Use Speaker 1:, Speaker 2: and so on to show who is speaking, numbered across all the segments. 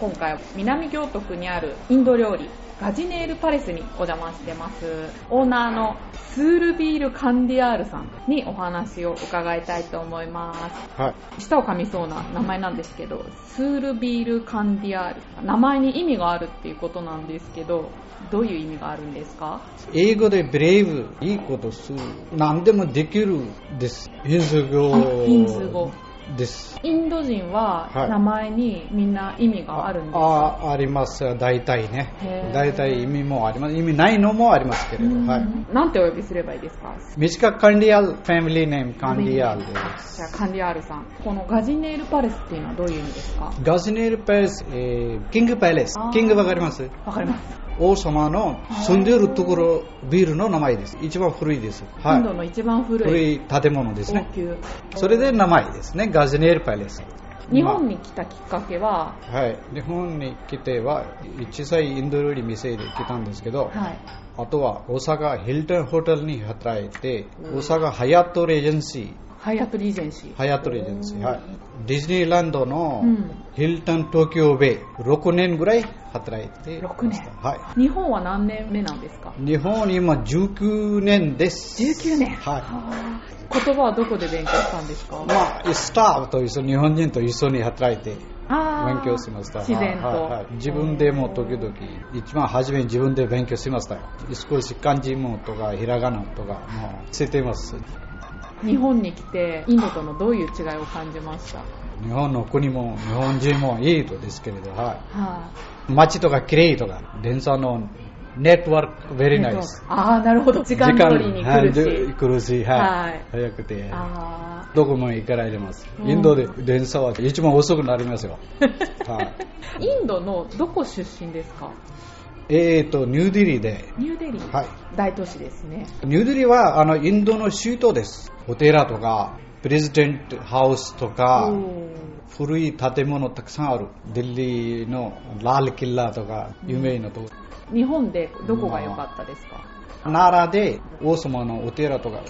Speaker 1: 今回は南行徳にあるインド料理ガジネールパレスにお邪魔してますオーナーのスールビールカンディアールさんにお話を伺いたいと思いま
Speaker 2: はい。
Speaker 1: す舌を噛みそうな名前なんですけどスールビールカンディアール名前に意味があるっていうことなんですけどどういう意味があるんですか
Speaker 2: 英語でブレイブ、いいことする。何でもできるです。ヒンズー
Speaker 1: あ
Speaker 2: 語。
Speaker 1: ヒンズー語
Speaker 2: です。
Speaker 1: インド人は
Speaker 2: はい
Speaker 1: 名前にみんな意味があるんですか、
Speaker 2: ああります。大体ね
Speaker 1: へー。
Speaker 2: 大体意味もあります。意味ないのもありますけれど。はい。
Speaker 1: なんてお呼びすればいいですか
Speaker 2: 短くカンディアル、ファミリーネームカンディアルで
Speaker 1: じゃあカンディアールさんこのガジネールパレスっていうのはどういう意味ですか
Speaker 2: す。ガジネールパレス、えーキングパレス
Speaker 1: あー。
Speaker 2: キングわかります
Speaker 1: わかります、
Speaker 2: 王様の住んでいるところ、ビールの名前です。一番古いです。は
Speaker 1: インド
Speaker 2: い。
Speaker 1: の一番古
Speaker 2: 古
Speaker 1: い
Speaker 2: い建物です
Speaker 1: 王
Speaker 2: ね。
Speaker 1: 宮
Speaker 2: それで名前ですね。ガジネールパレス。
Speaker 1: 日本に来たきっかけは、
Speaker 2: はい、日本に来ては小さいインド料理店で来たんですけど、
Speaker 1: はい、
Speaker 2: あとは大阪ヒルトンホテルに働いて、大阪ハヤトルエージェンシー
Speaker 1: ハイアットリージェンシー
Speaker 2: ハヤトルエージェンシー、はい、ディズニーランドの
Speaker 1: うん
Speaker 2: ヒルトン東京ベイ6年ぐらい働いてまし
Speaker 1: 6
Speaker 2: た
Speaker 1: 年
Speaker 2: は
Speaker 1: 日本は何年目なんですか
Speaker 2: い、日本今19年です
Speaker 1: 19年
Speaker 2: は
Speaker 1: あー言葉はどこで勉強したんですか
Speaker 2: いまあ、スタッフと一緒日本人と一緒に働いて
Speaker 1: あー
Speaker 2: 勉強しました
Speaker 1: 自然と、
Speaker 2: はいはいはい自分でも時々一番初めに自分で勉強しましたよ少し漢字もとかひらがなとかもうついてます
Speaker 1: 日本に来てインドとのどういう違いを感じました
Speaker 2: 日本の国も日本人もいいとですけれど、は、
Speaker 1: はい
Speaker 2: 街とかきれいとか電車のネットワークベ
Speaker 1: い、
Speaker 2: リーナイス
Speaker 1: ああなるほど時間取りに来るし、
Speaker 2: 来るし、
Speaker 1: は
Speaker 2: はいい、早くて
Speaker 1: ああ
Speaker 2: どこも行かられます
Speaker 1: うん
Speaker 2: インドで電車は一番遅くなりますよ、 はい、
Speaker 1: インドのどこ出身ですか
Speaker 2: えーとニューディリーで
Speaker 1: ニューデリー、
Speaker 2: はい
Speaker 1: 大都市ですね
Speaker 2: ニューデリーはあのインドの首都です。お寺とか、プレジデントハウスとか
Speaker 1: お、ー
Speaker 2: 古い建物たくさんある。ディリーのラールキッラーとか、有名なとこ。
Speaker 1: 日本でどこが良かったですか
Speaker 2: 奈良で王様のお寺とか、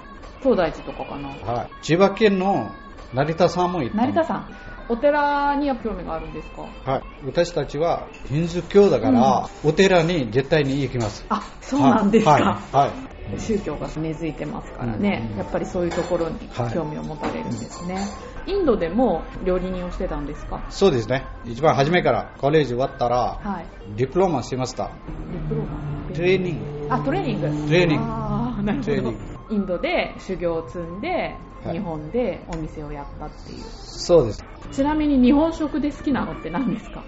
Speaker 1: 東大寺とかかな
Speaker 2: はい、千葉県の成田さんも行った。
Speaker 1: 成田山お寺には興味があるんですか
Speaker 2: はい、私たちはヒンズー教だから、お寺に絶対に行きます。
Speaker 1: あそうなんですか、
Speaker 2: はいはいはい
Speaker 1: 宗教が根付いてますからね、
Speaker 2: うん
Speaker 1: やっぱりそういうところに
Speaker 2: はい
Speaker 1: 興味を持たれるんですね、インドでも料理人をしてたんですか
Speaker 2: そうですね。一番初めからコレージ終わったら、
Speaker 1: はい
Speaker 2: ディプローマしました。
Speaker 1: リプローマ
Speaker 2: トレーニング。
Speaker 1: あトレーニング
Speaker 2: トレーニング
Speaker 1: あーなるほど
Speaker 2: トレーニン
Speaker 1: インドで修行を積んで、
Speaker 2: はい
Speaker 1: 日本でお店をやったっていう
Speaker 2: そうです。
Speaker 1: ちなみに日本食で好きなのって何ですか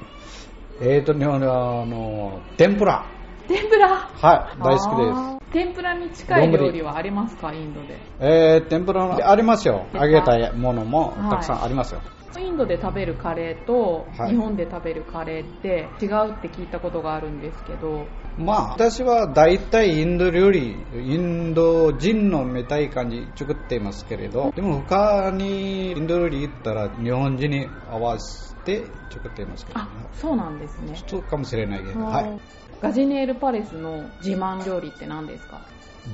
Speaker 2: えーと、日本のあの天ぷら。
Speaker 1: 天ぷら
Speaker 2: はい、大好きです。
Speaker 1: きです天ぷらに近い料理はありますかインドで
Speaker 2: えー、天ぷらのありますよ。
Speaker 1: ですか
Speaker 2: 揚げたものも
Speaker 1: はい
Speaker 2: たくさんありますよ。
Speaker 1: インドで食べるカレーと
Speaker 2: はい
Speaker 1: 日本で食べるカレーって違うって聞いたことがあるんですけど
Speaker 2: まあ、私は大体インド料理、インド人のみたい感じ作っていますけれど、でも他にインド料理行ったら日本人に合わせて作っていますけど、ね
Speaker 1: あ、そうなんですね
Speaker 2: そうかもしれないけど、はい。
Speaker 1: ガジネールパレスの自慢料理って何ですか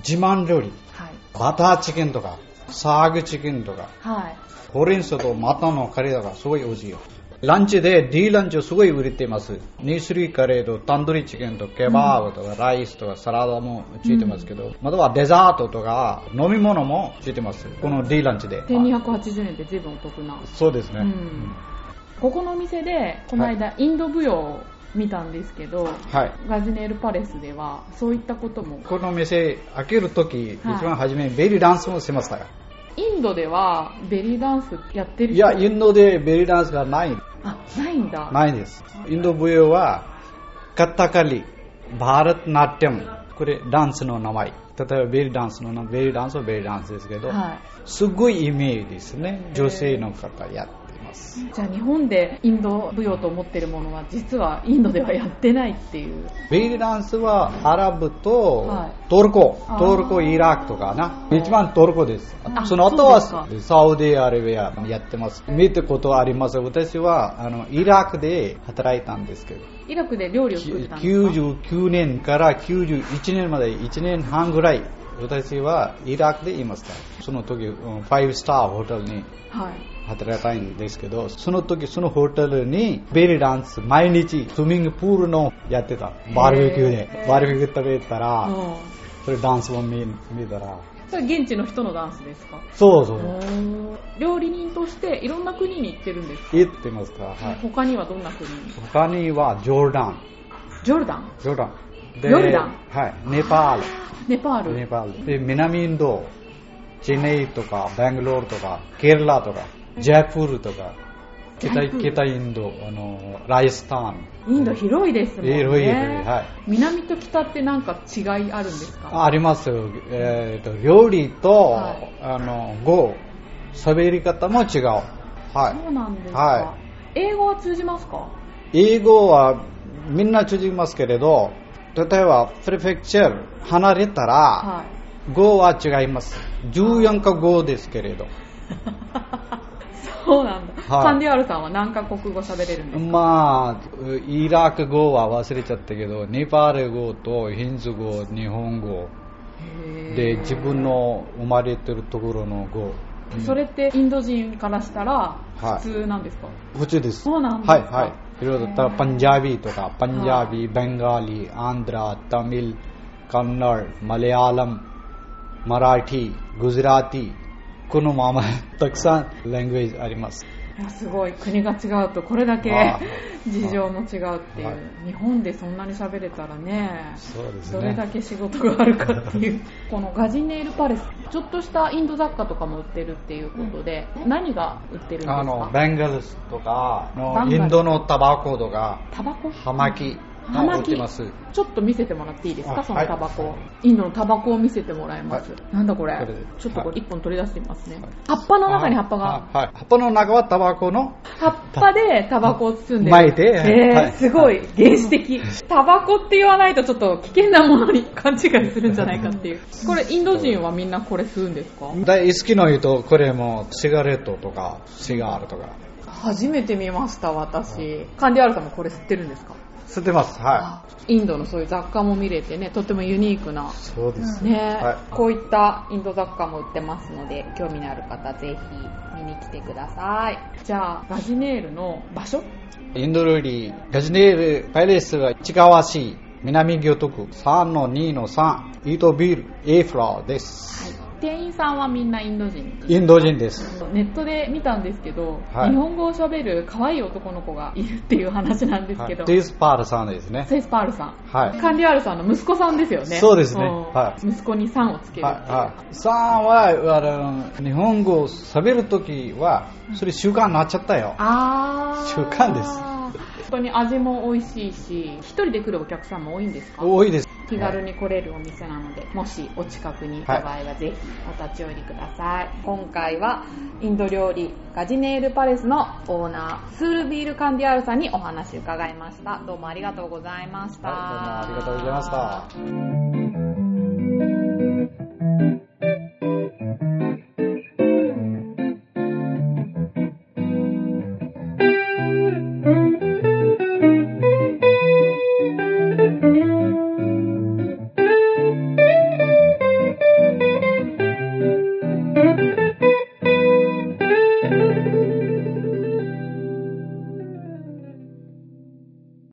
Speaker 2: 自慢料理。
Speaker 1: はい
Speaker 2: バターチキンとか、サーグチキンとか、
Speaker 1: はい
Speaker 2: ほうれん草とマタのカレーがすごい美味しいよ。ランチで D ランチをすごい売れています。2種類カレーとタンドリーチキンとケバーブとかライスとかサラダもついてますけど、またはデザートとか飲み物もついてます。この D ランチで。
Speaker 1: 1280円って随分お得な
Speaker 2: そうですね。
Speaker 1: うんここのお店でこの間インド舞踊を見たんですけど、
Speaker 2: はい。
Speaker 1: ガジネールパレスではそういったことも
Speaker 2: この店開けるとき、
Speaker 1: はい
Speaker 2: 一番初めにベリーダンスもしましたよ。
Speaker 1: インドではベリーダンスやってる
Speaker 2: い
Speaker 1: 人
Speaker 2: や、インドでベリーダンスがない。
Speaker 1: あないんだ
Speaker 2: ないです。インド舞踊は、カタカリ、バーラトナティム、これダンスの名前。例えばベリーダンスの名前、ベリーダンスはベリーダンスですけど、
Speaker 1: は
Speaker 2: すごいイメージですね。女性の方やってます。
Speaker 3: ます。
Speaker 1: じゃあ日本でインド舞踊と思ってるものは実はインドではやってないっていう
Speaker 2: ベリーダンスはアラブと
Speaker 1: は
Speaker 2: トルコ、
Speaker 1: あー
Speaker 2: トルコ、イラクとかな、一番トルコです
Speaker 1: あ。
Speaker 2: その後は
Speaker 1: そう
Speaker 2: サウジアラビアやってます。見たことはあります。私はあのイラクで働いたんですけど、
Speaker 1: イラクで料理を作ったんですか
Speaker 2: 99年から91年まで1年半ぐらい、私はイラクでいました。その時、5スターホテルに
Speaker 1: はい
Speaker 2: 働きたいんですけど、その時そのホテルにベリーダンス毎日スイミングプールのやってた。バーベキューで。バーベキュー食べたら、
Speaker 1: う
Speaker 2: それダンスも見見たら。
Speaker 1: んそれ現地の人のダンスですか
Speaker 2: そうそう。
Speaker 1: お料理人としていろんな国に行ってるんですか、
Speaker 2: 言ってますから。はい。
Speaker 1: 他にはどんな国に
Speaker 2: 他にはジョーダン。
Speaker 1: ジョルダン
Speaker 2: ジョーダン。で
Speaker 1: ヨルダン
Speaker 2: はい。ネパ
Speaker 1: ネパー
Speaker 2: ール。ネ
Speaker 1: ル
Speaker 2: パール。で、南インド。チェネイとか、バングロールとか、ケララとか、ジャイプールとか、
Speaker 1: ジャ
Speaker 2: 北
Speaker 1: イプール
Speaker 2: 北インド、あの、ライスタン。
Speaker 1: インド広いですもんね
Speaker 2: 広いですはい
Speaker 1: 南と北ってなんか違いあるんですか
Speaker 2: あありますよ、えーと料理と、
Speaker 1: はい
Speaker 2: あの語喋り方も違う、
Speaker 1: そう
Speaker 2: は
Speaker 1: なんですか、
Speaker 2: は
Speaker 1: 英語は通じますか
Speaker 2: い、英語はみんな通じますけれど例えばプレフェクチャー離れたら、
Speaker 1: はい
Speaker 2: 語は違います14か語ですけれど
Speaker 1: そうなんだ、
Speaker 2: はい
Speaker 1: サンディアールさんは何カ国語喋れるんですか、
Speaker 2: まあイラク語は忘れちゃったけどネパール語とヒンズー語日本語
Speaker 1: へ
Speaker 2: で自分の生まれてるところの語
Speaker 1: ーそれってインド人からしたら
Speaker 2: はい
Speaker 1: 普通なんですか、
Speaker 2: 普通です
Speaker 1: そうなんですか
Speaker 2: はいはい。いろいろだったら、パンジャビとか、パンジャビ、ベンガリ、アンドラ、タミル、カンナル、マレアラム、マラティ、グジラティ、このまま たくさん language あります。
Speaker 1: いやすごい国が違うとこれだけ
Speaker 2: はい
Speaker 1: 事情も違うっていう、
Speaker 2: はい
Speaker 1: 日本でそんなに喋れたらね
Speaker 2: そうですね
Speaker 1: どれだけ仕事があるかっていう このガジネールパレスちょっとしたインド雑貨とかも売ってるっていうことで、何が売ってるんです
Speaker 2: あの、
Speaker 1: か
Speaker 2: ベンガルスとか、
Speaker 1: バ
Speaker 2: の
Speaker 1: ンガル
Speaker 2: インドのタバコとか、
Speaker 1: タバコ
Speaker 2: 葉巻
Speaker 1: 葉
Speaker 2: が売っ
Speaker 1: 巻
Speaker 2: てます。こ
Speaker 1: ちょっと見せてもらっていいです
Speaker 2: あ
Speaker 1: かそのタバコ、
Speaker 2: は
Speaker 1: インドのタバコを見せてもらいます、
Speaker 2: は
Speaker 1: なんだこれ
Speaker 2: これで
Speaker 1: ちょっとこれ一本取り出してみますね、
Speaker 2: はい
Speaker 1: 葉っぱの中に葉っぱが
Speaker 2: はい。葉っぱの中はタバコの、
Speaker 1: 葉っぱでタバコを包んでる。
Speaker 2: 巻いて
Speaker 1: えー
Speaker 2: はい
Speaker 1: すごい、原始的。タバコって言わないとちょっと危険なものに勘違いするんじゃないかっていう。これ、インド人はみんなこれ吸うんですか
Speaker 2: 大好きの言うと、これもシガレットとか、シガールとか、
Speaker 1: 初めて見ました、私。カンディアールさんもこれ吸ってるんですか
Speaker 2: 吸ってます。は
Speaker 1: インドのそういう雑貨も見れてね、とってもユニークな。
Speaker 2: い。そうです
Speaker 1: ね、
Speaker 2: はい
Speaker 1: こういったインド雑貨も売ってますので、興味のある方ぜひ見に来てください。じゃあ、ガジネールの場所
Speaker 2: インド料理ガジネールパレスは市川市南行徳3の2の3イートビール A フローです
Speaker 1: 店員さんはみんなインド人
Speaker 2: インド人です
Speaker 1: ネットで見たんですけど、
Speaker 2: はい
Speaker 1: 日本語を喋る可愛い男の子がいるっていう話なんですけど、
Speaker 2: はいティスパールさんですね
Speaker 1: セスパールさん、
Speaker 2: はい
Speaker 1: カンディアールさんの息子さんですよね。
Speaker 2: そうですね
Speaker 1: ん
Speaker 2: は
Speaker 1: 息子に3をつける。
Speaker 2: はいはい、さんはあの日本語を喋るときはそれ習慣になっちゃったよ
Speaker 1: あー
Speaker 2: 習慣です
Speaker 1: 本当に味も美味しいし、一人で来るお客さんも多いんですか
Speaker 2: 多いです
Speaker 1: 気軽に来れるお店なので、もしお近くにいた場合はぜひお立ち寄りください。今回はインド料理ガジネールパレスのオーナー、スールビールカンディアールさんにお話伺いました。どうもありがとうございました。
Speaker 2: はいどうもありがとうございました